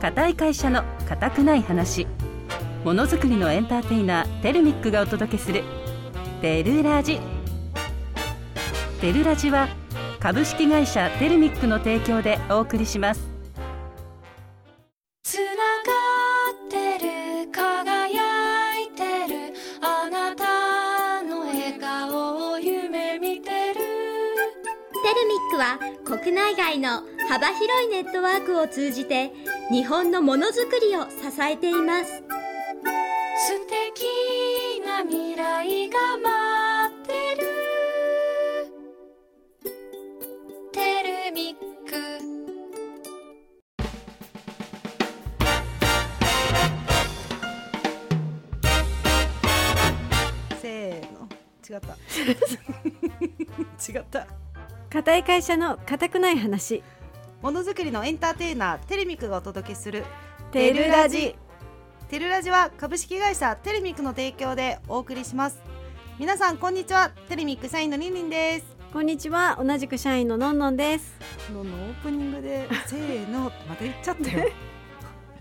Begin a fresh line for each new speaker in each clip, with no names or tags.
固い会社の固くない話ものづくりのエンターテイナーテルミックがお届けする「テルラジ」テルラジは株式会社テルミックの提供でお送りします
つながってる輝いてるあなたの笑顔を夢見てる
テルミックは国内外の幅広いネットワークを通じて日本のものづくりを支えています
素敵な未来が待ってるテルミック
せーの違った 違った
固い会社の固くない話
ものづくりのエンターテイナーテルミックがお届けする
テルラジ
テルラジは株式会社テルミックの提供でお送りします皆さんこんにちはテルミック社員のりんりんです
こんにちは同じく社員ののんのんです
ののオープニングで せーのってまた言っちゃったよ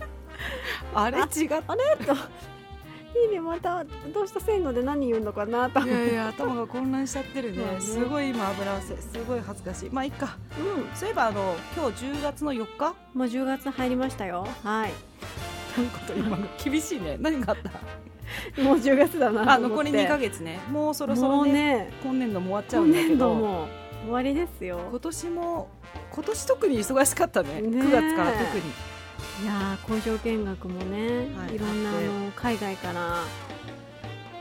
あれ違っ
あれといいねまたどうしたせんので何言うのかなと
たいやいや頭が混乱しちゃってる ね
まあね
すごい今油汗すごい恥ずかしいまあいっか
うん
そういえばあの今日10月の4日
もう10月入りましたよはい
なんかと今の厳しいね何があった
もう10月だな
あ
と思
残
って
り2ヶ月ねもうそろそ
も
ろ
う
ね
ね
今年度も終わっちゃうん
今
だけ
年度
ど
も終わりですよ
今年も今年特に忙しかったね
ねえ
9月から特に
いやー工場見学もね、
はい
い、ろんな
あっ
あ
て
の海外から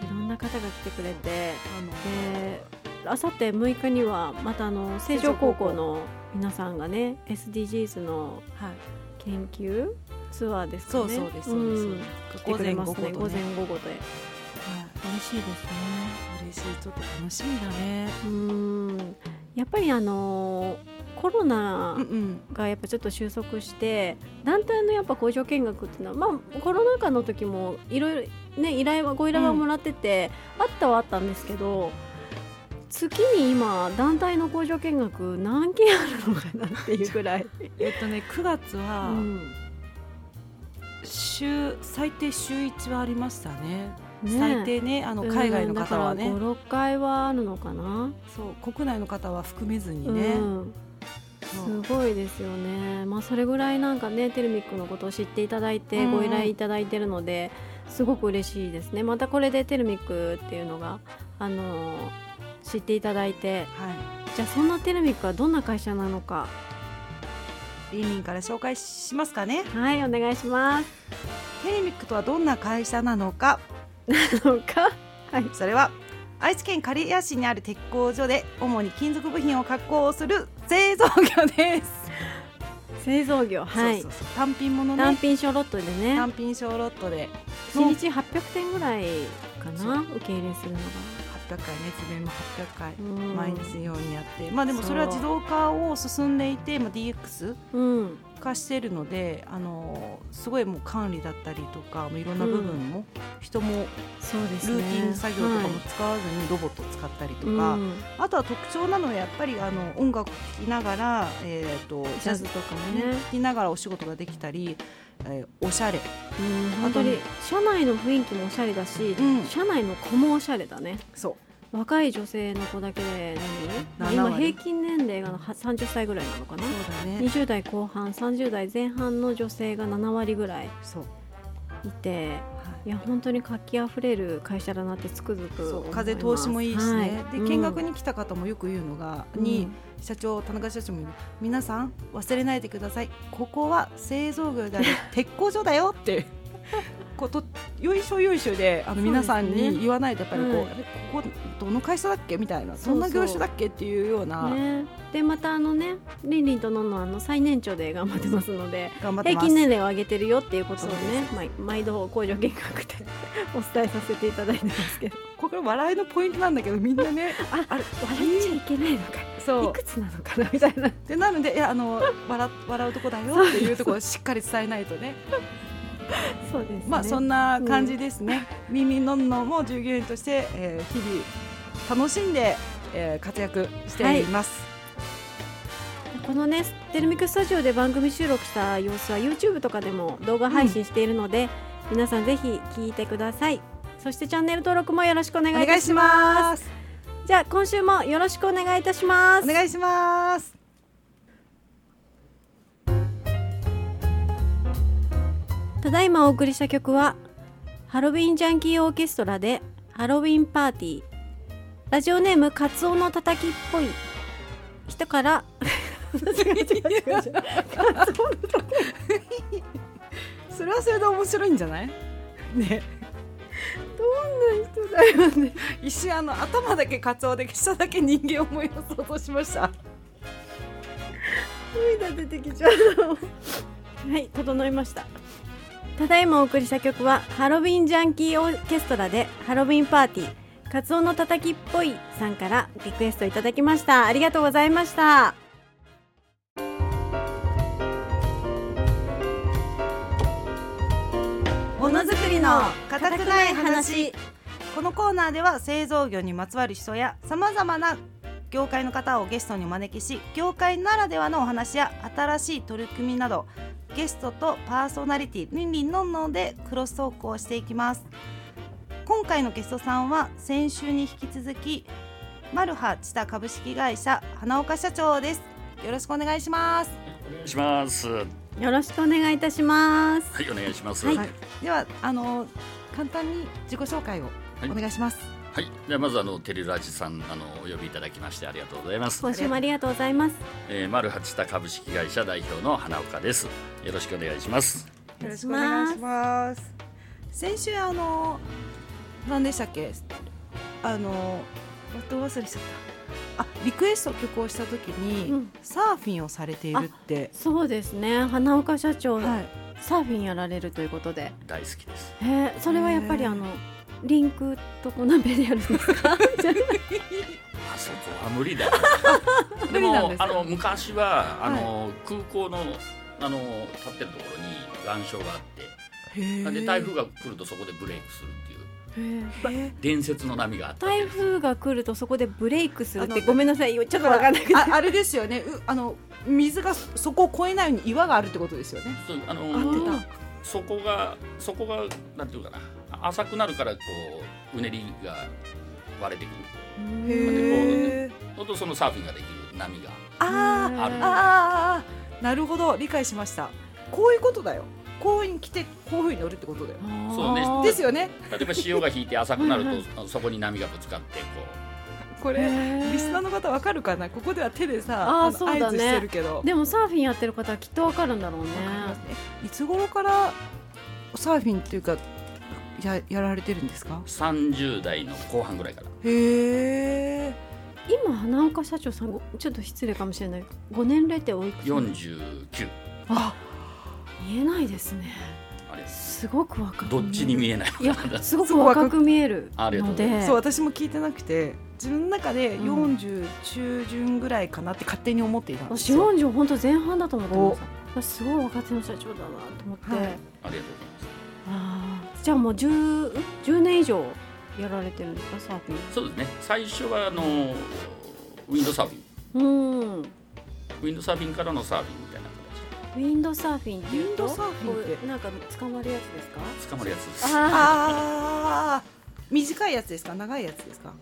いろんな方が来てくれて
あの
であさって6日にはまたあの成城高校の皆さんがね SDGs の
はい
研究ツアーですか
そ
ね
うそうですそうですそうです
来てくれますね午
午前
前午後で
はい
嬉しいですね
嬉しいちょっと楽しみだね
うーんやっぱりあのコロナ
うんうん
がやっぱちょっと収束して団体のやっぱ工場見学っていうのは、まあ、コロナ禍の時もいろいろね依頼はご依頼はもらってて、あったはあったんですけど月に今団体の工場見学何件あるのかなっていうぐら い、
えっとね9月
う
は
ん
週最低週1はありましたね
ね
最低ねあの
うん
海外の方は
だ
ね
から56回はあるのかな
そう国内の方は含めずにね
うん
そう
すごいですよね、まあ、それぐらいなんかねテルミックのことを知っていただいて
うん
ご依頼いただいてるので、すごく嬉しいですねまたこれでテルミックっていうのが、あのー知っていただいて
は
じゃあそんなテルミックはどんな会社なのか
いりんりんから紹介しますかね
はいお願いします
テレミックとはどんな会社なのか
なのかはい
それは愛知県刈谷市にある鉄工所で主に金属部品を加工する製造業です。
製造業はい
そうそうそう単品もの
単
ね。
品小ロットでね
単品小ロットで
1日800点ぐらいかな受け入れするのが
800回ね、つべも800回
うん
毎日のようにやって、まあでもそれは自動化を進んでいて、まあ DX
うん
化してるので、あのーすごいもう管理だったりとか、もういろんな部分も、人も
そうですね
ルーティン作業とか
は
も
い
使わずにロボットを使ったりとか。
うん
あとは特徴なのはやっぱりあの音楽を聴きながら、えー、とジャズとかもね
ね
聴きながらお仕事ができたり、えーおしゃれ、
うん
あ
本
と
当
ね
に社内の雰囲気もおしゃれだし、
うん
社内の子もおしゃれだね
そう
若い女性の子だけで何
7
今
割
平均年齢がは30歳ぐらいなのかな
そうだね
20代後半30代前半の女性が7割ぐらい
そう、
いて
はい
いや本当に活気あふれる会社だなってつくづく
そう
思います
風通しもいいしね、
は
で
い
見学に来た方もよく言うのが、
うん
に社長田中社長も言う皆さん忘れないでくださいここは製造業で ある鉄工所だよってことよいしょよいしょであの皆さん
そうです
に
ね
言わないとやっぱりこう、
はい
あれここどの会社だっけみたいな
そうそ
そ
うん
な業種だっけっていうような、
ね、でまたあのねりんりんとのんのんあの最年長で頑張ってますので
頑張ってま
平
す
均年齢を上げてるよっていうことをね
そうで
毎毎度工場見学で お伝えさせていただいてますけど
これ笑いのポイントなんだけどみんな ね
あ
あれ
笑っちゃいけないのか
そ
いくつなのかなみたいな
うでなのでいやあの笑笑うとこだよっていうところをしっかり伝えないとね
そうですね
まあそんな感じですね、耳のんのも従業員として、えー日々楽しんで、えー活躍しています、
このねテルミックスタジオで番組収録した様子は YouTube とかでも動画配信しているので、皆さんぜひ聞いてくださいそしてチャンネル登録もよろしくお願
お
い
願
いた
い
し
し
ます
ます
じゃあ今週もよろしくお願いいたします
お願いします
ただいまお送りした曲はハロウィンジャンキーオーケストラでハロウィンパーティーラジオネームカツオのたたきっぽい人から
それはそれで面白いんじゃない ね
どんな人だよね
一瞬あの頭だけカツオで下だけ人間を思い出そうとしました
涙出てきちゃう はい整いましたただいまお送りした曲はハロウィンジャンキーオーケストラでハロウィンパーティーカツオのたたきっぽいさんからリクエストいただきましたありがとうございました
ものづくりの固くない話このコーナーでは製造業にまつわる人やさまざまな業界の方をゲストにお招きし業界ならではのお話や新しい取り組みなどゲストとパーソナリティリンリンのんのんでクロストークをしていきます今回のゲストさんは先週に引き続きマルハ知多株式会社花岡社長ですよろしくお願いします
お願いします。は
よろしくお願いいたします
い、お願いします。
は
はいい、
はいではあの簡単に自己紹介をお願いします、
ではまずあのテルラジさんあのお呼びいただきましてありがとうございます。
今週もありがとうございます
えー、マルハチタ株式会社代表の花岡です。よろしくお願いします。
よ
よ
ろ
ろ
し
し
く
く
お
お
願
願
い
い
し
します。先週あの何でしたっけ？あのバット忘れしちゃった。あリクエスト曲をした時に、
うん
サーフィンをされているって。
そうですね花岡社長、
はい。
サーフィンやられるということで
大好きです。
へえそれはやっぱり
へえ
あのリンクとこう鍋でやるんですか
あそこは無理だ。
無理なんですか
あの昔はあの、空港のあの立ってるところに岩礁があっ
へ
て、
ー
で台風が来るとそこでブレイクするっていう
へえ
伝説の波があったわけ
台
です。
風が来るとそこでブレイクするっ
あ
て
の
ごめんなさいよちょっとわかんないけど
ああれですよね。うあの水がそそこを越えないように岩があるってことですよね。
そうあの
合ってた。
そこがそこがなんていうかなあ浅くなるからこううねりが割れてくる
へー
そうするとそのサーフィンができる波が
あー
ある
あーあーあーなるほど理解しました。こういうことだよ。こういうに来てこういうふうに乗るってことだよ。
そうね
あー
ですよね。
例えば潮が引いて浅くなる
はい
とそこに波がぶつかってこ
これ。
へー
リスナーの方わかるかなここでは手でさ
あー
あの
そうだ
合
ね
図してるけど
でもサーフィンやってる方はきっとわかるんだろうね
いつ頃からサーフィンっていうかややられてるんですか
う30代の後半ぐらいから
へえ
今花岡社長さんごちょっと失礼かもしれないご年齢っておいくつ
49
あ見えないですね
あれ
すごく若く
どっちに見えない
いやすご
す
く
ごく若く
若く見える
ありがと
の
うござい
で
そう私も聞いてなくて自分の中で
うん
40中旬ぐらいかなって勝手に思っていたんです
私
よ、
40本当前半だと思ってましたすごい若手の社長だなと思って、
はい
ありがとうございま
あーじゃあもう 10, 10年以上やられてるんですかサーフィン
すそうですね最初はあのウィンドサーフィン
うん、ウ
ウィンドサーフィンからのサーフィンみたいな形
ィンドサーフィンっていうと
ウィンドサーフィンって
こうなんか捕まるやつですか
捕まるやつです
あ
ああ短いやつですか長いやつですか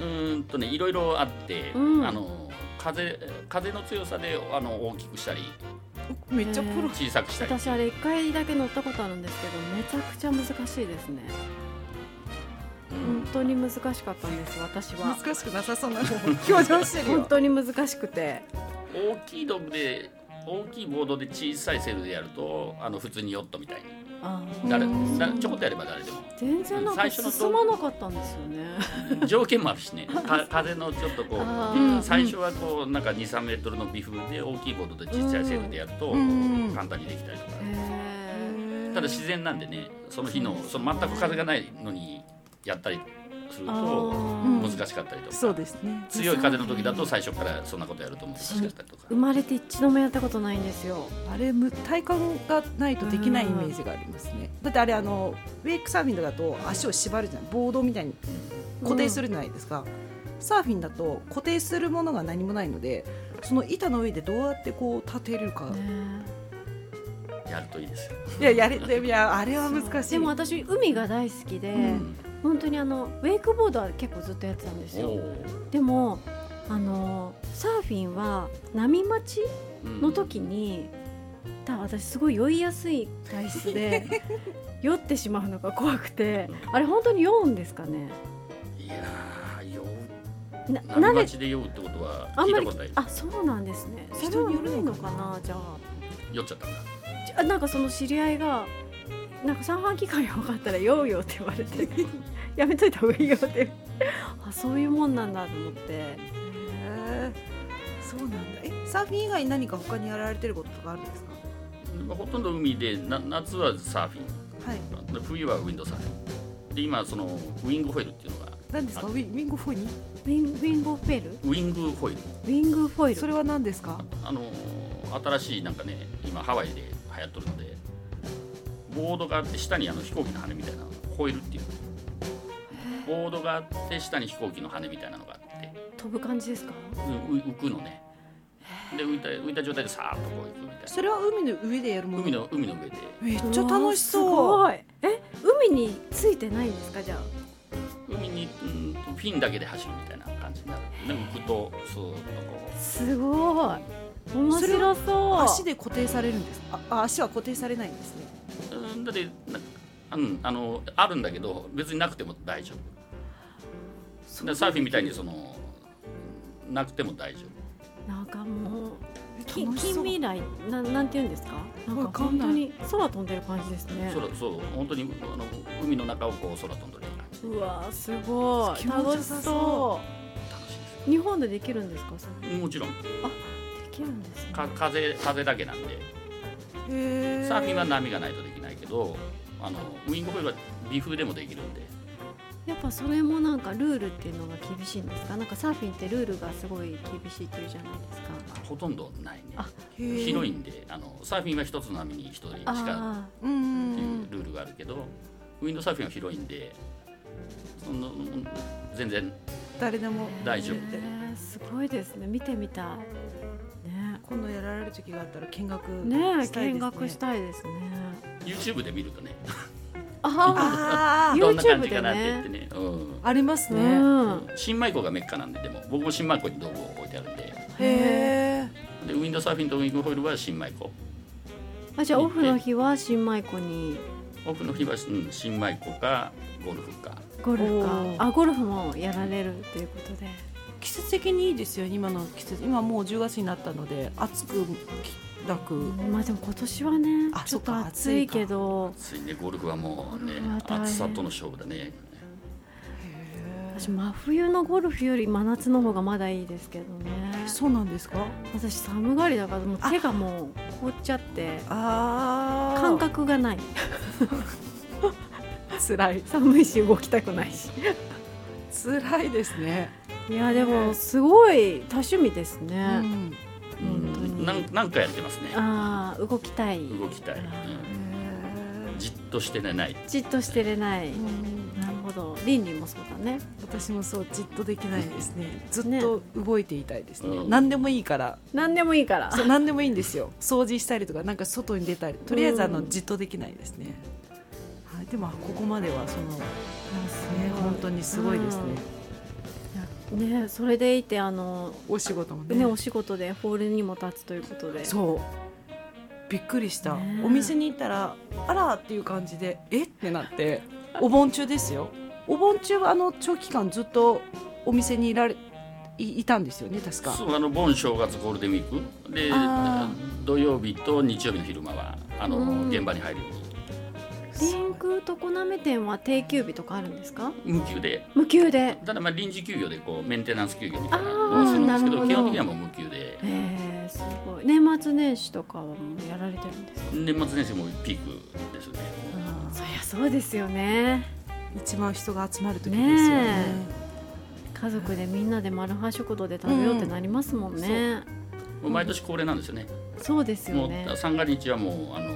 うーんとねいろいろあって、
うん
あの風風の強さであの大きくしたり
めっちゃプロ
小さくしたり
私あれ1回だけ乗ったことあるんですけどめちゃくちゃ難しいですね本当に難しかったんです私は
難しくなさそうな表情してる
本
よ
当に難しくて
大きい道具で大きいボードで小さいセルでやるとあの普通にヨットみたいに
あー
誰
うん
だちょこっとやれば 誰でも
全然なんか
最初の
進まなかったんですよね
条件もあるし ねか風のちょっとこ
あ
ー
う最初はこうなんか2 3メートルの微風で大きいボードで小さいセルでやると
うん
簡単にできたりとか
へ
ただ自然なんでねその日のその全く風がないのにやったりする
ー
と
あー
難しかったりと
そう
か
ですね
強い風の時だと最初からそんなことやると難しかったりとか
生まれて一度もやったことないんですよ
あれむ体幹がないとできないイメージがありますねだってあれあのウェイクサーフィンだと足を縛るじゃないボードみたいに固定するじゃないですか、サーフィンだと固定するものが何もないのでその板の上でどうやってこう立てるか、
やるといいですよ。
いややれていやあれは難しい
でも私海が大好きで、
うん
本当にあのウェイクボードは結構ずっとやってたんです
お
よ
ー
でもあのサーフィンは波待ち
うん
の時にただ私すごい酔いやすい体質で 酔ってしまうのが怖くてあれ本当に酔うんですかね
いやー酔う
な慣
波待
れ
ちで酔うってことは
あん
聞い
ま
た
り
ことないです
あそうなんですねそれ
人
は
による
緩い
の
の
か
か
な
なじゃあ
酔っちゃったんだ
じゃあなんかその知り合いがなんか三半規管弱かったら酔うよって言われてやめといた方がいいよってあそういうもんなんだと思って
へーそうなんだえサーフィン以外に何か他にやられてることとかあるんですか
まあほとんど海でな夏はサーフィ
はい
ンで冬はウィンドサーフィンで今そのウィングホイールっていうのが
何ですか
あ
ウィウィングフォイル
ウィンウィングフェルウ
ウィングホイール
ィングフォイル
それは何ですか
あのー新しいなんかね今ハワイで流行っとるのでボードがあって下にあの飛行機の羽みたいなホイールっていうボードがあって下に飛行機の羽みたいなのがあって
飛ぶ感じですか
うう浮くのねで浮いた浮いた状態でさーっとこう行くみたい
それは海の上でやるも
な
の
海の海の上で
めっちゃ楽しそう
わあすごいえ海についてないんですかじゃあ
海にうんとフィンだけで走るみたいな感じになるね浮くとスーッとこ
すごい面
それ
白そう
足で固定されるんですああ足は固定されないんですね
ううんだってなうんあのあるんだけど別になくても大丈夫でサーフィンみたいにそのなくても大丈
なんかもうき
楽し
近
そう
未来ななんて言うんですかなん
わ
か
かん
本
ない
当に空飛んでる感じですね
夫空そう本当にあの海の中をこう空飛んでる感じ
うわすごい
気持ちよ
楽し
さ
そ
そ
楽しい
う
で
日本でできるんですかそれ
すもちろん
できるんですね
か風風だけなんで
へー
サーフィンは波がないとできないけどあのウィングホイールは微風でもできるんで
やっぱそれもなんかルールっていうのが厳しいんですかなんかサーフィンってルールがすごい厳しいっていうじゃないですか
ほとんどないね
あ
へー
広いんであのサーフィンは一つの波に一人しか
あ
うんうん
って
う
いうんルールがあるけど、ウィンドサーフィンは広いんでその全然
誰でも
大丈夫
ーへーすごいですね見てみたいね
今度やられる時があったら見学
ねえ
したいですね
見学したいですね
YouTube で見るとね
あ
あ
ー
どんな感じかな
YouTube
っ
で
て
ね
言ってね、うん
ああります
あ、
ね
うん
新米湖がメッカなんででも僕も新米湖に道具を置いてあるんで
へえ
へえ
でウィンドサーフィンとウィングホイールは新米湖
あじゃあオフの日は新米湖に
奥の日は、うん、新米湖かゴルフか
ゴルフか
おー
あゴルフもやられるっていうことで
季節的にいいですよ今の季節今もう10月になったので暑く楽
まあでも今年はね
あ
ちょっと
そっか
暑いけど
ついねゴルフはもうね
ゴルフは大変
暑さとの勝負だね
私真冬のゴルフより真夏の方がまだいいですけどね
そうなんですか
私寒がりだからもう手がもう凍っちゃって
あ
感覚がない
つらい
寒いし動きたくないし
つらいですね、
いやでもすごい多趣味です
う
ね、
ん、
う
本当
ん
に
なんなんかやってますね
ああ動きたい
動きたい、う
へ
んじっとしてねない
じっとしてれない、
ーうん
なるほど倫理もそうだね
私もそうじっとできないですねずっと動いていたいですね
うん
何でもいいから
何でもいいから
そう何でもいいんですよ掃除したりとかなんか外に出たりとりあえずあ
う
の
ん
じっとできないですね、はい、でもここまではその、ね、本
本
当にすごいですね、
当にねそれでいてあの
お仕事もね
ねお仕事でホールにも立つということで
そうびっくりした、
ねえ
お店に行ったらあらっていう感じでえってなってお盆中ですよお盆中はあの長期間ずっとお店にいられいいたんですよね確か
そうあの盆正月ゴールデンウィークで
あ
土曜日と日曜日の昼間はあの、
うん
現場に入るよ
天空常滑店は定休日とかあるんですか
うに無給で
無給で
ただまあ臨時休業でこうメンテナンス休業みたいな
あー
のをするんです
なる
けど
ほど
基本的にはもう無給で
えー、すごい年末年始とかはもうやられてるんですか
年末年始もピークですね
そりゃそうですよね
一番人が集まる時ですよね
ね家族でみんなでマルハ食堂で食べようってなりますもんね、
もう毎年恒例なんですよね
そうです
も
よ
う
ね
三が日はもうあの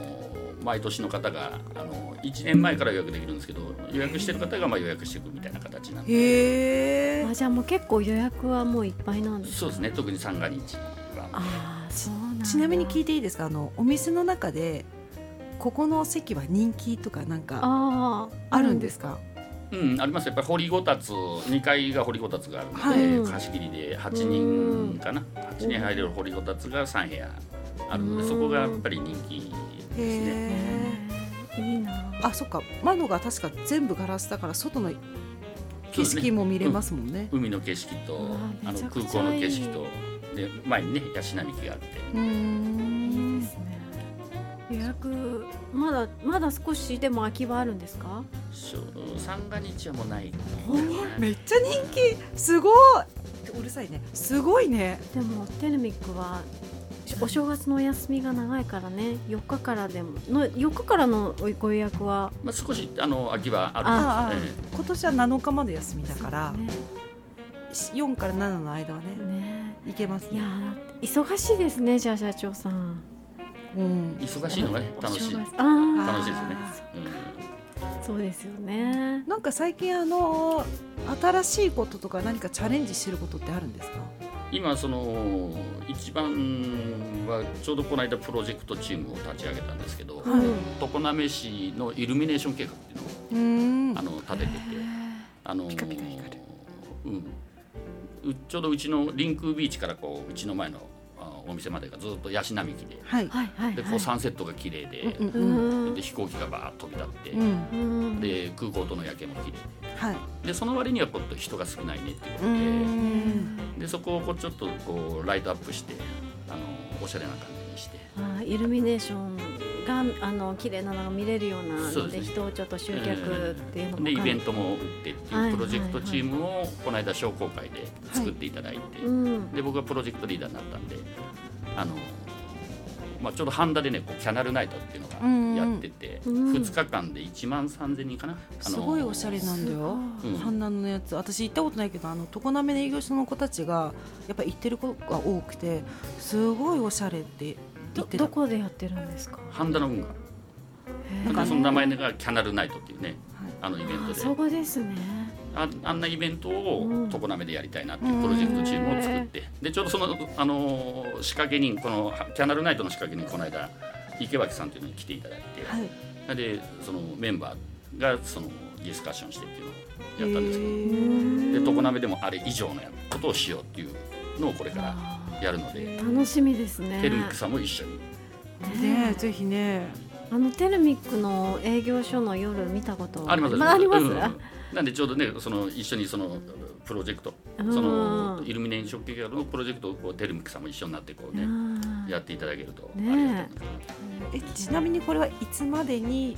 毎年の方があの1年前から予約できるんですけど予約してる方がまあ予約していくみたいな形なんで
へえ
あじゃあもう結構予約はもういっぱいなんです
そうですね特に三が日は
ああそうなんだ
ちなみに聞いていいですかあのお店の中でここの席は人気とかなんか
ああ
あるんですか、
うん、ありますやっぱり堀ごたつ2階が堀ごたつがあるので、
はい
貸し切りで8人かな8人入れる堀ごたつが3部屋あるの
う
で
ん
そこがやっぱり人気
へ
ですね
へ
え
えいいな
あそっか窓が確か全部ガラスだから外の
そう
景
ですね
色も見れますもんね。
海の景色と
うわ
あ
めちゃ
の
く
空
ちゃ
港の景色
い
とで前にねヤシ並木があって
うーん
ですね予約まだまだ少しでも空きはあるんですか
そう三が日はもうない
めっちゃ人気すごいうるさいねすごいね
でもテルミックはお正月のお休みが長いからね4日からでもの4日からのご予約は
まあ、少しあの空きはあるんですよね
今年は7日まで休みだから、
ね
4から7の間はね
ね
行けます
いや
ね、
ー忙しいですねじゃあ社長さん
うん、
忙しいのがね楽しい
お正月あ
楽しいですね
あ、
あそうですよね
なんか最近あの新しいこととか何かチャレンジしてることってあるんですか
うん、今その一番はちょうどこの間プロジェクトチームを立ち上げたんですけど
はい
常滑市のイルミネーション計画っていうのを
うーん
あの立ててて、あのーうん、うちょうどうちのリンクビーチからこううちの前のあお店までがずっとヤシ並木で
はい
はいはい
でこうサンセットが綺麗で、
うん
う
うん
ん
で飛行機がバーッと飛び立って、
うん
うん
で空港との夜景も綺麗
はい
でその割にはこう人が少ないねっていうことで,、でそこをこうちょっとこうライトアップしてあのおしゃれな感じにして
あーイルミネーションがあの綺麗なのが見れるような
そう
の
です
で
ね
人をちょっと集客っていうのも
でイ
か
ベ
な
ン
り
トも打ってって
はい
いうプロジェクトチームをこの間商工会で作っていただいて、
うん
で僕がプロジェクトリーダーになったんであの、まあ、ちょうど半田でねこうキャナルナイトっていう
うんうん
のがやってて、
う
二
ん
2日間で1万3000人かな、あの
すごいおしゃれなんだよ
す
ごいうん
阪南のやつ私行ったことないけどあの常滑の営業所の子たちがやっぱ行ってる子が多くてすごいおしゃれって言
ど
って
ど
た
こでやってるんですか
半田の運河
へー
その名前がキャナルナイトっていうね
はい
あのイベン
あ
トで
そこですね
ああんなイベントを
うん
常滑でやりたいなっていうプロジェクトチームを作って、でちょうどその、あのー仕掛け人このキャナルナイトの仕掛け人この間池脇さんというのに来ていただいて、
はい
でそのメンバーがそのディスカッションしてっていうのをやったんですけど、で常滑でもあれ以上のことをしようっていうのをこれから
あ
やるので、
ー楽しみですね
テルミックさんも一緒に
ねえぜひね
あのテルミックの営業所の夜見たことは
あります
あ、あります、
うんなんでちょうどねその一緒にそのプロジェクト、
うん
そのイルミネーション計画のプロジェクトをこうテルミックさんも一緒になってこうね、
うん
やっていただけるとありがたいな
ね
と
えちなみにこれはいつまでに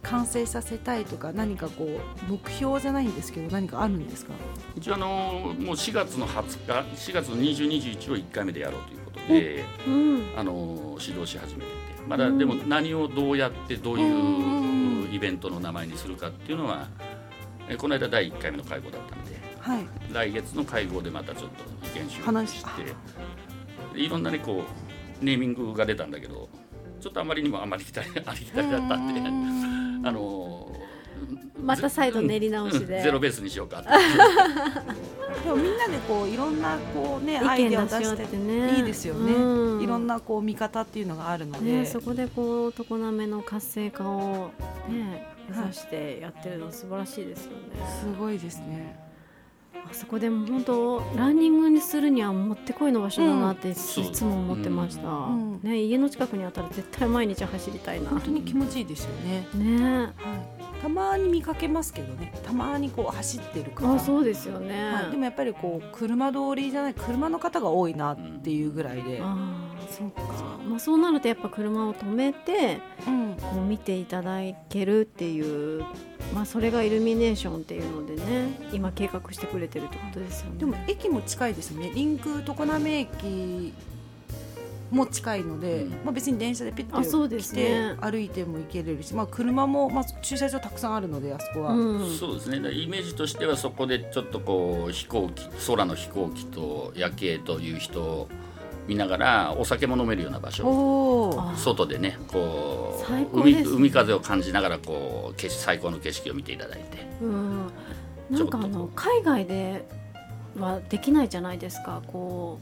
完成させたいとか何かこう目標じゃないんですけど何かあるんですか
一応あのもう4月の20日4月の2021を1回目でやろうということで、
うん
あの指導し始めててまだでも何をどうやってどういうイベントの名前にするかっていうのはえこの間第1回目の会合だったんで
はい
来月の会合でまたちょっと意見集
話
し
して
でいろんなねこうネーミングが出たんだけどちょっとあまりにもあまりきたりありきたりだったんであの
また再度練り直しで
うんゼロベースにしようかって
でもみんなでこういろんなこうねアイ
意
デアを
見出
出
し合っ
して
てね
いいですよね、
うん
いろんなこう見方っていうのがあるので、
ね、そこでこう常滑の活性化を、ね、目指してやってるの素晴らしいですよね。
すごいですね
あそこでも本当ランニングにするにはもってこいの場所だなっていつ
そう
いつも思ってました、
んうん
ね、家の近くにあったら絶対毎日走りたいな
本当に気持ちいいですよね、
ね
たまに見かけますけどねたまにこう走ってる方
あそうですよね、
はい、でもやっぱりこう車通りじゃない車の方が多いなっていうぐらいで、
あーそうか、まあ、そうなるとやっぱ車を止めて
うん
こう見ていただけるっていう、まあ、それがイルミネーションっていうのでね今計画してくれてるってことですよね。
でも駅も近いですよねリンク常滑駅も近いので、
うん
まあ、別に電車でピ
あそう
ッと
で
来
す
て
ね
歩いても行けれるし、まあ、車も、まあ、駐車場たくさんあるのであそこは、
うん
そうですねだからイメージとしてはそこでちょっとこう飛行機空の飛行機と夜景という人を見ながらお酒も飲めるような場所
おお
あ
外でねこ
最
う
高です
海
ね
海風を感じながらこう景色最高の景色を見ていただいて
うん、なんかあ
ちょ
の
っと
海外ではできないじゃないですかこ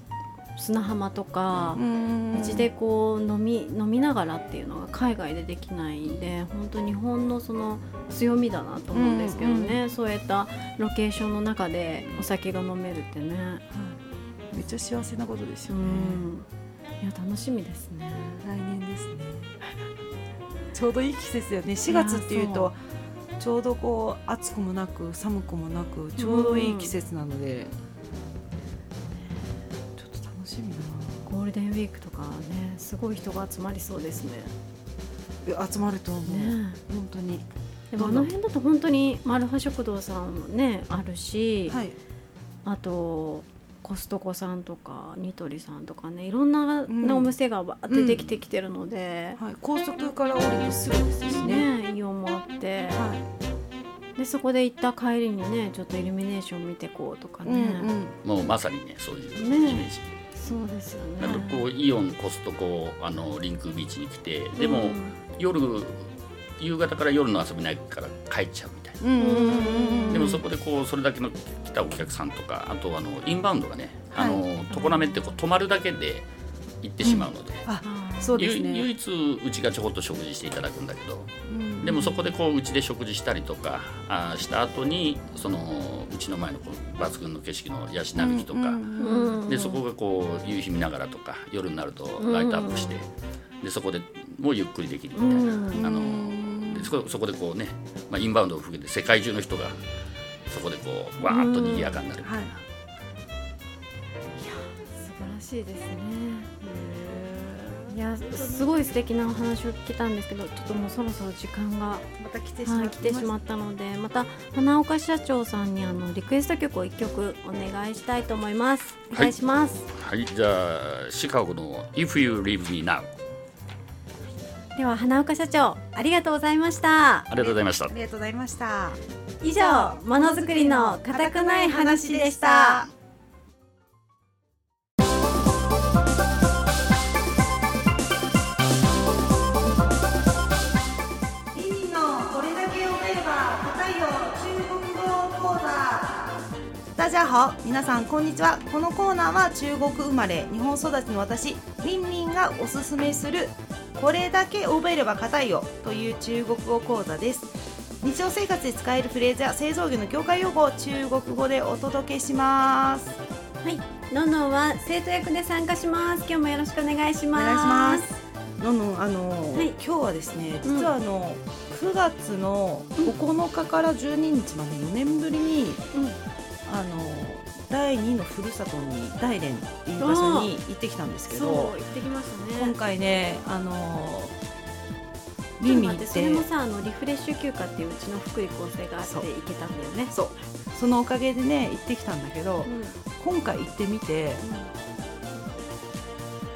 砂浜とか
う、ん
うちでこう飲み飲みながらっていうのが海外でできないんで本当日本のその強みだなと思うんですけどね、そういったロケーションの中でお酒が飲めるってね、
めっちゃ幸せなことです
う
よね、
ん、いや楽しみですね。
来年ですねちょうどいい季節だよね4月っていう
いや
とちょうどこう暑くもなく寒くもなくちょうどいい季節なので、ちょっと楽しみだ
ゴールデンウィークとかねすごい人が集まりそうですね。
ないや集まると思う、
ね
本当に
でもあの辺だと本当にマルハ食堂さんもねあるし、
はい
あとコストコさんとかニトリさんとかねいろんな、
ん
お店がわーってできてきてるので、
はい、高速から降りてすぐですしね。
ねイオンもあって
は
でそこで行った帰りにねちょっとイルミネーション見てこうとか
い、
ね、
もうまさにねそういうイメ
ね
ージ、
そうですよね
なんかこうイオンコストコあのリンクビーチに来てでも、
うん
夜夕方から夜の遊びないから帰っちゃうみたいな、
うんうんうん
うん
でもそこでこうそれだけの来たお客さんとかあとあのインバウンドがねあの常滑ってこう泊まるだけで行ってしまうので,
あー
そう
ゆ、
ですね。
唯一うちがちょこっと食事していただくんだけど
うん
でもそこでこううちで食事したりとかあーした後にそのうちの前のこう抜群の景色のヤシ並木とか、
うん
でそこがこう夕日見ながらとか夜になるとライトアップして、でそこでもうゆっくりできるみたいな、
うん
あのでそこそこでこうね、まあ、インバウンドを含めて世界中の人がそこでこうわーっと賑やかになるみたいな、
素晴らしいですね。いやすごい素敵なお話を聞けたんですけどちょっともうそろそろ時間が
また来てしま
はいい、来てしまったのでまた花岡社長さんにあのリクエスト曲を1曲お願いしたいと思いますお願いします、
はいじゃあシカゴの「If You Leave Me Now」
では花岡社長ありがとうございました
ありがとうございました
ありがとうございました
以上ものづくりの固くない話でした
リンのこれだけ読めれば答えよ中国語講座大家好皆さんこんにちはこのコーナーは中国生まれ日本育ちの私リンリンがおすすめするこれだけ覚えれば硬いよという中国語講座です日常生活で使えるフレーズや製造業の業界用語を中国語でお届けします
はいのんのんは生徒役で参加します今日もよろしくお願いし
お
ます
願いします。のんのんあの、
はい
今日はですね、
うん
実はあの、9月の9日から12日まで4年ぶりに、
うん
あの第2のふるさとに大連っていう場所に行ってきたんですけ
そう行
ど、
ってきました
今
ね
回ねあの
ち
リ
ょっと
ミ
待
っ
って
て
それもさあのリフレッシュ休暇っていううちの福井構成があって
そ
行
う
けたんだよね
そうそのおかげでね行ってきたんだけど、
うんうん
今回行ってみて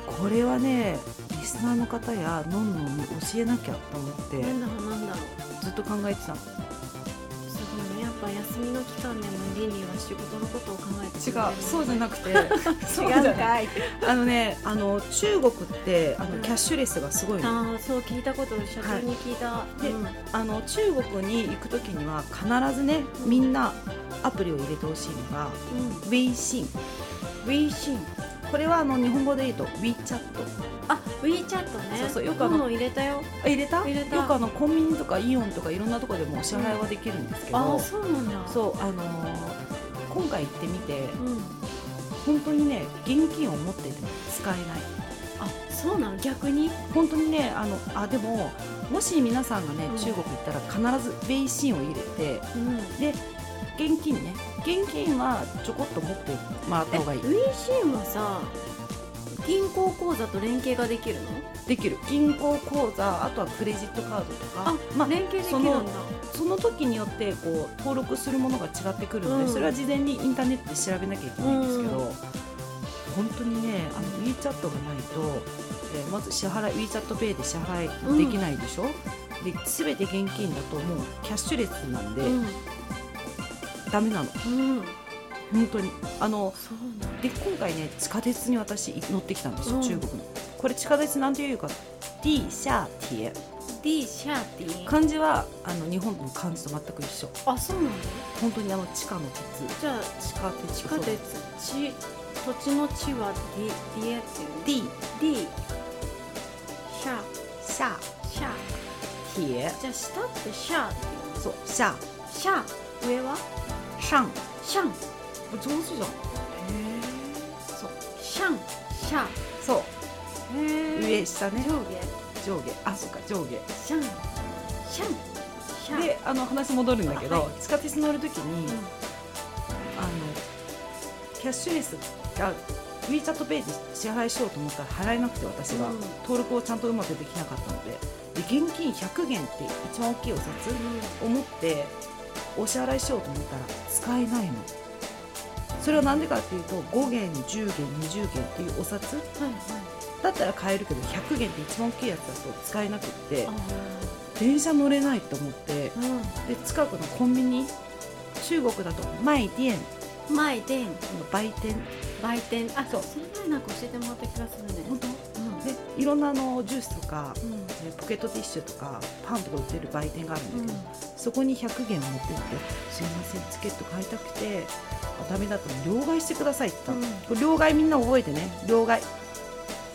これはねリスナーの方やのんのんに教えなきゃと思って
なんだろうなんだろう
ずっと考えてたの。
すごいねやっぱ休みの期間でもリンリンは仕事のことを考えて
違う、そうじゃなくて、
違
そううんじゃない。
かい
あのね、あの中国ってあのキャッシュレスがすごいの。
ああそう聞いたこと社長に聞いた、
いで
うん
あの中国に行くときには必ずね、みんなアプリを入れてほしいのが
うん、
微信。微信。これはあの日本語で言うと WeChat。
あ WeChat ね
そうそうよくあの
も入れたよ
あ入れた？
入れた
よくあのコンビニとかイオンとかいろんなとこでもお支払いはできるんですけ
あ
ど、
あそうなんだ
そうあのー今回行ってみて
う、ん、
本当にね現金を持ってても使えない。
あそうなの逆に
本当にねあのあでももし皆さんがね、
うん
中国行ったら必ず微信を入れて
うん
現金ね現金はちょこっと持ってもらった方がいい
WeChat はさ銀行口座と連携ができるの
できる銀行口座あとはクレジットカードとか
あ、
まあ、
連携できる
そ
んだ
のその時によってこう登録するものが違ってくるので、
うん
それは事前にインターネットで調べなきゃいけないんですけど、
うん
本当にねあの WeChat がないと、えーまず支払い WeChatPay で支払いできないでしょ、で全て現金だともうキャッシュレスなんで、
うん
ダメなの
うん
本当にあの
そうなんだ
で今回ね地下鉄に私乗ってきたんですよ、
うん
中国のこれ地下鉄なんていうか地下铁
D シャーティー
漢字はあの日本の漢字と全く一緒
あそうなの
本当にあの地下の鉄
じゃあ
地下鉄
地下鉄
そう
ち土地の地は D, D やつよね
D
D シャ
シャ
シャ
ヒエ
じゃあ下ってシャって言うの
そうシャ
シャ上は
シャン
シャン
上手じゃん
シャンシャ
そう
へ
上下ね
上下
上下あそうか上下
シャンシャンシャン
であの話戻るんだけど、
あは
地下鉄乗るときに、
うん
あのキャッシュレスが WeChat ペイで支払いしようと思ったら払えなくて私が、
うん
登録をちゃんとうまくできなかったのでで現金100元って一番大きいお札を持ってお支払いしようと思ったら使えないのそれはなんでかっていうと5元10元20元っていうお札だったら買えるけど100元って一番大きいやつだと使えなくって電車乗れないと思ってで近くのコンビニ中国だと前店
うん前店
の売店
売店あ
そう
その前なんか教えてもらった気がするね
本当
う
でいろんなあのジュースとか
んうん
えーポケットティッシュとかパンとか売ってる売店があるんだけど、そこに100元を持ってって「すいませんチケット買いたくてあダメだったの両替してください」って言ったの、これ両替みんな覚えてね両替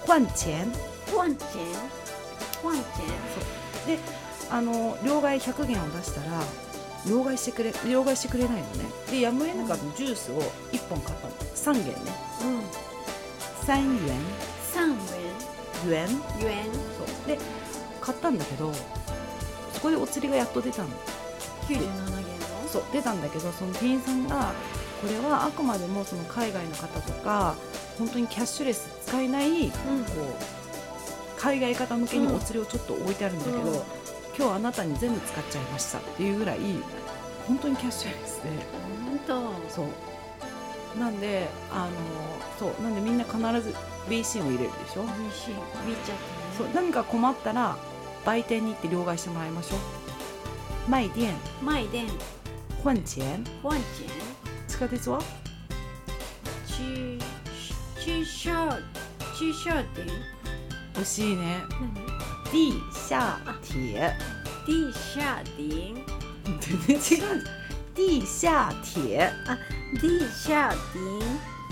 換钱
ワンチェンワンチ
あの両替100元を出したら両替してくれ両替してくれないのねでやむを得なかったジュースを1本買ったの3元ね
ェンうん
3元
三
元
円円
そうで買ったんだけどそこでお釣りがやっと出たの
九十七元の
そう出たんだけどその店員さんがこれはあくまでもその海外の方とか本当にキャッシュレス使えないこ
うん
う海外方向けにお釣りをちょっと置いてあるんだけど、
うん
今日あなたに全部使っちゃいましたっていうぐらい本当にキャッシュレスで
本当
そうなんであのそうなんでみんな必ず BC を入れるでしょ、
美味しい見ちゃった
そ
ね
う何か困ったら売店に行って両替してもらいましょう卖店
前店
換钱
ワン
地下鉄は
チェンチチシャーチシャー店
惜しいね
何
地下铁
D シャー店
全然違う地下铁
D シャー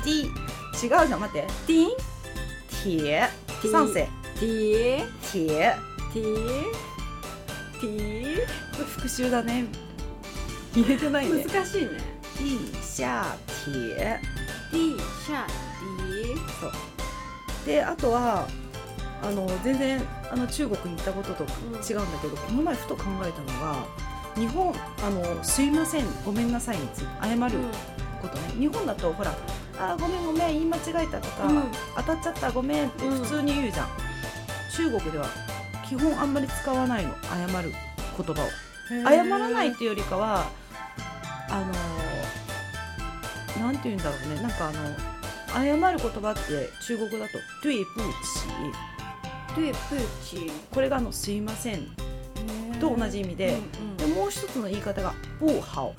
地違うじゃん待って
店
铁
铁
三世
店
铁
ティーティ
復習だね言えてないね
ー難しいね
地下铁
D シャー
であとはあの全然あの中国に行ったことと
ん
違うんだけど、この前ふと考えたのが日本あの「すいませんごめんなさい」について謝
ディ
ることね、日本だとほら「あーごめんごめん言い間違えた」とか、
うん
当たっちゃったごめん」って
うん
普通に言うじゃん、中国では基本あんまり使わないの謝る言葉を謝らないっていうよりかはあのーなんて言うんだろうねなんかあの謝る言葉って中国だと「トゥイプーチー
トゥエプーチ」
これがあの「すいません
ー」
と同じ意味で、
うん
でもう一つの言い方が「不好意思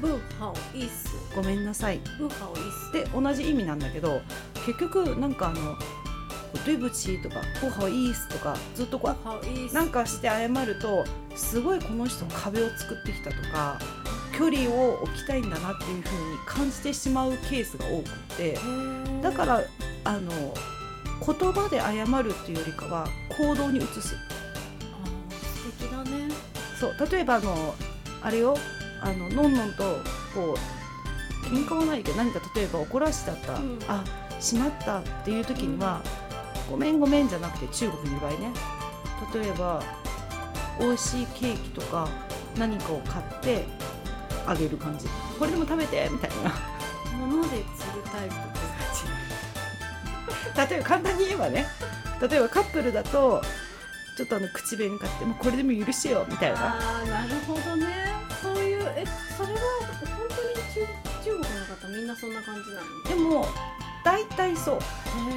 ブーハオイス」
「ごめんなさい」
ブーハオイス
で同じ意味なんだけど結局なんかあの「ドイブチ」とか「ごはイース」とかずっとこ
ブ
う
ーハオイス
なんかして謝るとすごいこの人壁を作ってきたとか距離を置きたいんだなっていう風に感じてしまうケースが多くってだからあの言葉で謝るっていうよりかは行動に移す
あー素敵だね
そう例えばあのあれよあののんのんとこう喧嘩はないけど何か例えば怒らしちゃった、
うん
あしまったっていう時には、ごめんごめんじゃなくて中国の場合ね例えば美味しいケーキとか何かを買ってあげる感じこれでも食べてみたい
物で釣るタイプ
な例えば簡単に言えばね例えばカップルだとちょっとあの口紅買ってもうこれでも許してよみたいな
ああなるほどねそういうえそれは本当に中中国の方みんなそんな感じなの
でも大体そう
へ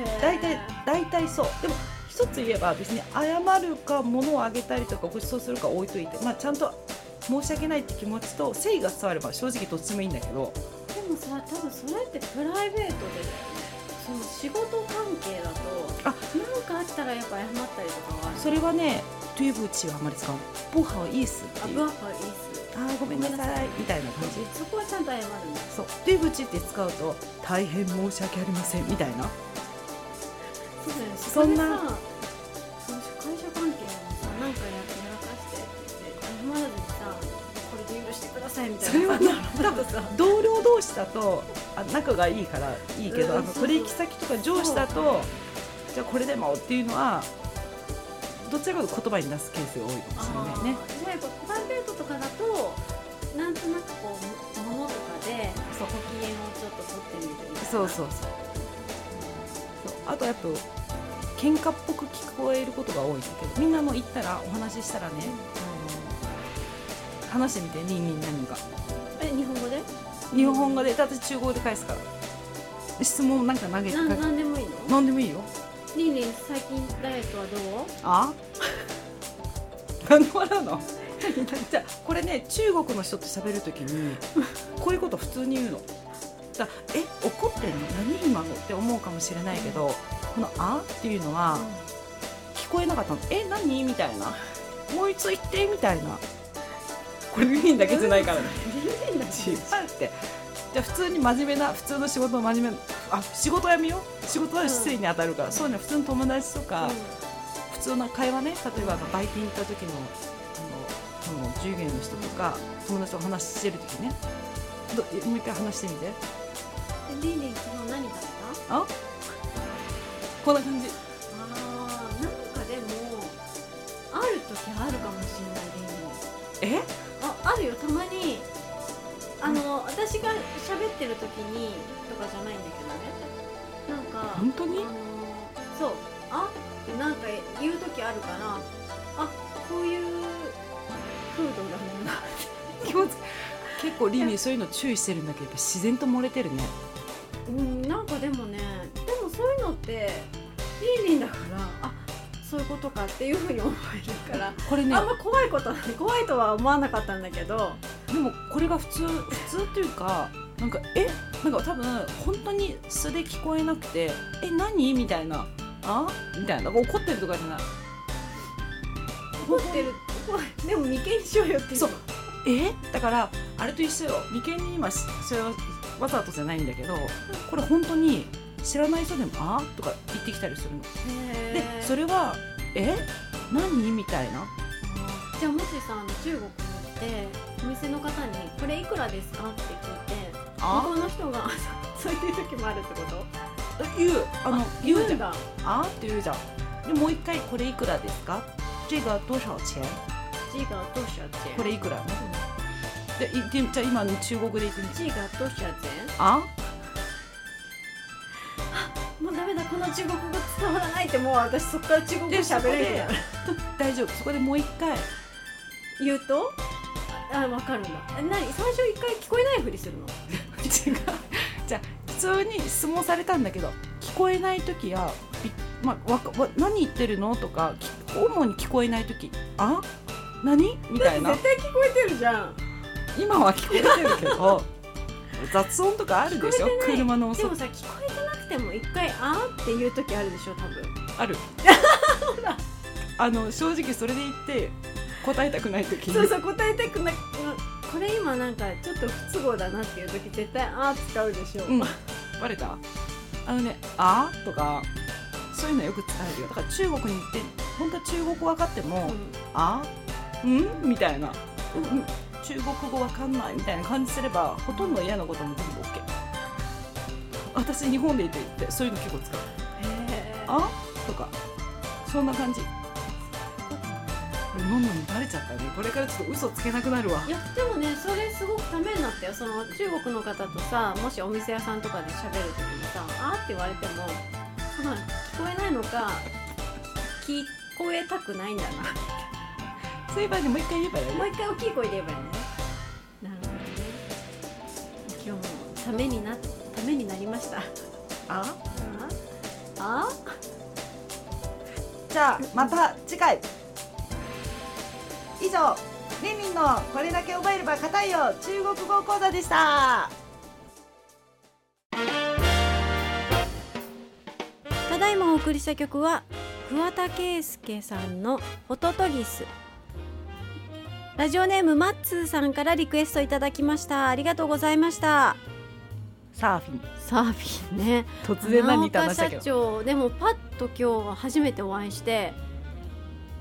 ー
大体大体そうでも一つ言えば別に謝るか物をあげたりとかご馳走するか置いといて、まあ、ちゃんと申し訳ないって気持ちと誠意が伝われば正直どっちもいいんだけど
でもさ多分それってプライベートでだよねその仕事関係だと
あ
なんかあったらやっぱ謝ったりとかはある
それはね「トゥーブチはあまり使うの「ポハをイース」っ
あ
てい
ぶわ
う
っぱいいっす
あーごめんなさいみたいな感じ
そこはちゃんと謝るんだ
そうでブチって使うと大変申し訳ありませんみたいな
そうだよねそ
そ
こ
ん
でさ
な
その会社関係のさなんかややらかしてって謝らずにさこれで許してくださいみたいな
それはな多分同僚同士だとあ仲がいいからいいけど、
うん
あの取引先とか上司だとじゃあこれでもっていうのはどちらかというと言葉に出すケースが多いかもしれないね
あーじゃあやっぱプライベートとかだとなんとなくこう物とかでご機嫌をちょっと取ってみるみたいな
そうそうそうそうあとやっぱ喧嘩っぽく聞こえることが多いんだけどみんなも行ったらお話ししたらね、あの話してみてニンニン何か
え日本語で
日本語でだって中国語で返すから質問なんか投げて
な
か
んなんでもいいの
何でもいいよ
リンリン最近ダイエットはどう
あ何の笑うのじゃあこれね中国の人と喋るときにこういうこと普通に言うのだからえ怒ってんの何今のって思うかもしれないけど、この「あ」っていうのは聞こえなかったの「え何?」みたいな「もう一度言って」みたいなこれリンだけじゃないからねリンだけ違うってじゃあ普通に真面目な普通の仕事の真面目なあ仕事やめよう仕事は失礼に当たるから、そうね普通の友達とか、普通の会話ね例えばあのバイキン行った時のあのあの従業員の人とか友達と話してる時ねどもう一回話してみて
うんリンリン昨日何食べた
あ こんな感じ
あーなんかでもある時あるかもしれないリンリン
え
ああるよたまにあの、私が喋ってる時にとかじゃないんだけどねなんか
本当に
あのそうあってなんか言う時あるからあこういう風土だもんな
気持ち結構リンにそういうの注意してるんだけどやっぱ自然と漏れてるね
うんなんかでもねでもそういうのってリンリンだからあそういうことかっていうふうに思えるから、
これね
あんま怖いことはない怖いとは思わなかったんだけど
でもこれが普通普通っていうかなんかえなんか多分本当に素で聞こえなくてえ何みたいなあみたいな怒ってるとかじゃない
怒ってる怖いでも眉間にしようよっていう
そうえだからあれと一緒よ眉間に今しそれはわざとじゃないんだけどこれ本当に知らない人でも「あ?」とか言ってきたりするの
へ
で
ー
それは「え何?」みたいな
じゃあもしさあの中国に行ってお店の方に「これいくらですか?」って聞いて
「
向こ
あ
うの人がそういう時もあるってこと
言うあの言うじゃん
だ
「あ?」って言うじゃんでもう一回「これいくらですか?」「这个多少钱?」
字がどうしちゃって
これいくらねでいでじゃあ今の中国で言ってみて
字がどうしちゃって
「あ
もうダメだこの中国語伝わらないってもう私そっから中国語
でそ
喋
こ
れ
で
るようになる
大丈夫そこでもう一回
言うとあ分かるんだえ何最初一回聞こえないふりするの
違うじゃあ普通に質問されたんだけど聞こえない時やびまあわかわ何言ってるのとかき主に聞こえない時あ何みたいな
絶対聞こえてるじゃん
今は聞こえてるけど 雑音とかあるでしょ
聞こえてない
車の
で
音
もさ聞こえてなくても一回「あー」っていう時あるでしょ多分
あ るあの正直それで言って答えたくない時
そうそう答えたくなくこれ今なんかちょっと不都合だなっていう時絶対あー使うでしょ、
うんバレたあのね「あ?」とかそういうのよく使えるよだから中国に行って本当は中国語分かっても「あんみたいな、うん、中国語わかんないみたいな感じすればほとんど嫌なことも全部 OK 私日本でいてってそういうの結構使う
へー
あとかそんな感じのんのにバレちゃったねこれからちょっと嘘つけなくなるわ
いやでもねそれすごくためになったよその中国の方とさもしお店屋さんとかで喋る時にさ「あ」って言われてもまあ聞こえないのか聞こえたくない んだな
そういえばねもう一回言えばよ
もう一回大きい声で言えばいいねなるほどね今日もためになためになりました
あ
ああ
じゃあまた次回以上リンリンのこれだけ覚えれば硬いよ中国語講座でした
ただいまお送りした曲は桑田佳祐さんの「ホトトギス」ラジオネームマッツーさんからリクエストいただきましたありがとうございました
サーフィン
サーフィンね
突然何言った
花
ん
岡
だ
社
けど
長でもパッと今日は初めてお会いして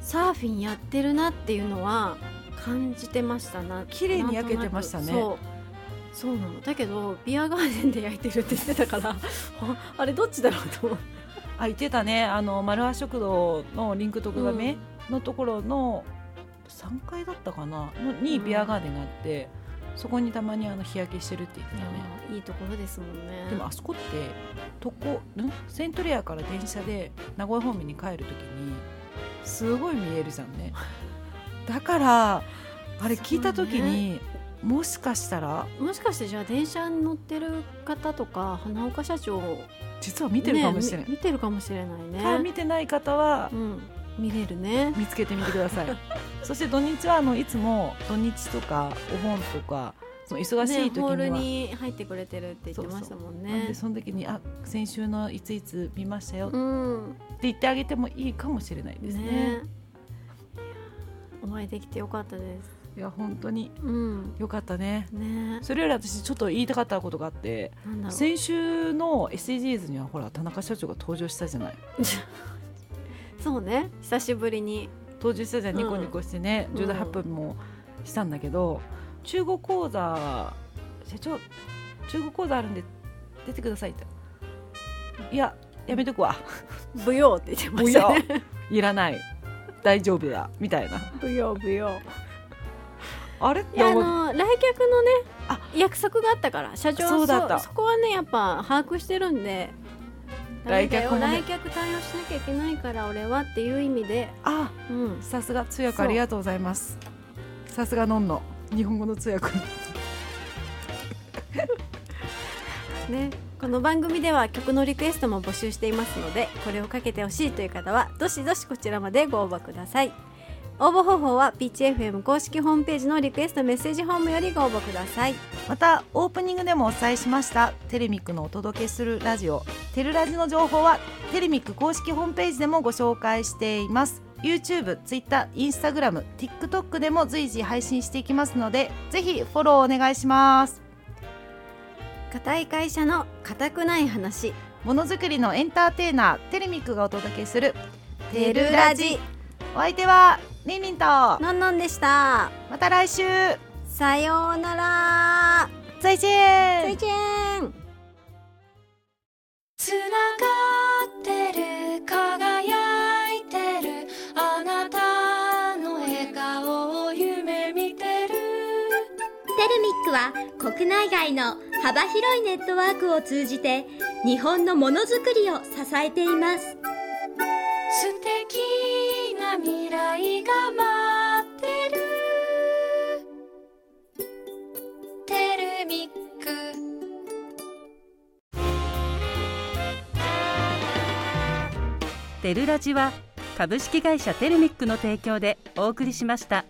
サーフィンやってるなっていうのは感じてましたな
綺麗に焼けてましたね
なんとなくそうそうなのだけどビアガーデンで焼いてるって言ってたから ああれどっちだろうと思って
あ言ってたねあの丸八食堂のリンク特ダメのところの3階だったかなのにビアガーデンがあって、そこにたまにあの日焼けしてるって言ってたね、
いいところですもんね
でもあそこってとこんセントレアから電車で名古屋方面に帰るときにすごい見えるじゃん ねだからあれ聞いたときに、もしかしたら
もしかしてじゃあ電車に乗ってる方とか花岡社長
実は見てるかもしれない、
ねみ見てるかもしれないね
から見てない方は
うん、見れるね
見つけてみてくだ さいそして土日はあのいつも土日とかお盆とかその忙しい時
ねホール
には、
に入ってくれてるって言ってましたもん
なん
ね
でその時に「あ先週のいついつ見ましたよ」って
うん
言ってあげてもいいかもしれないですね
ねお会いできてよかったです
いや本当に
うん
よかったね
ね
それより私ちょっと言いたかったことがあって
なんだろう
先週の SDGs にはほら田中社長が登場したじゃない
そうね久しぶりに
登場したじゃん、
うん
ニコニコしてね
うん
重大発表もしたんだけど、中国講座社長中国講座あるんで出てくださいっていややめとくわ
「舞踊」って言ってましたね
いらない大丈夫だみたいな
舞踊舞踊
あれっ
い
て
やあ
思って
の来客のね
あ
約束があったから社長は
そうだった
そそこはねやっぱ把握してるんでダメ
来
だよ
客もね
来客対応しなきゃいけないから俺はっていう意味で、
あ
うん、
さすが通訳ありがとうございますさすがのんの日本語の通訳
ね、この番組では曲のリクエストも募集していますのでこれをかけてほしいという方はどしどしこちらまでご応募ください応募方法はピッチ f m 公式ホームページのリクエストメッセージフォームよりご応募ください
またオープニングでもお伝えしましたテレミックのお届けするラジオテルラジの情報はテレミック公式ホームページでもご紹介しています YouTube、Twitter、Instagram、TikTok でも随時配信していきますのでぜひフォローお願いします
固い会社の固くない話
ものづくりのエンターテイナーテレミックがお届けする
テルラジ
お相手はりんりんとま
のんのんでした
た来週
さようなら
再见
再见
つながってる輝いてるあなたの笑顔を夢見てる
テルミックは国内外の幅広いネットワークを通じて日本のものづくりを支えています
素敵な未来が待ってるテルミック
テルラジは株式会社テルミックの提供でお送りしました。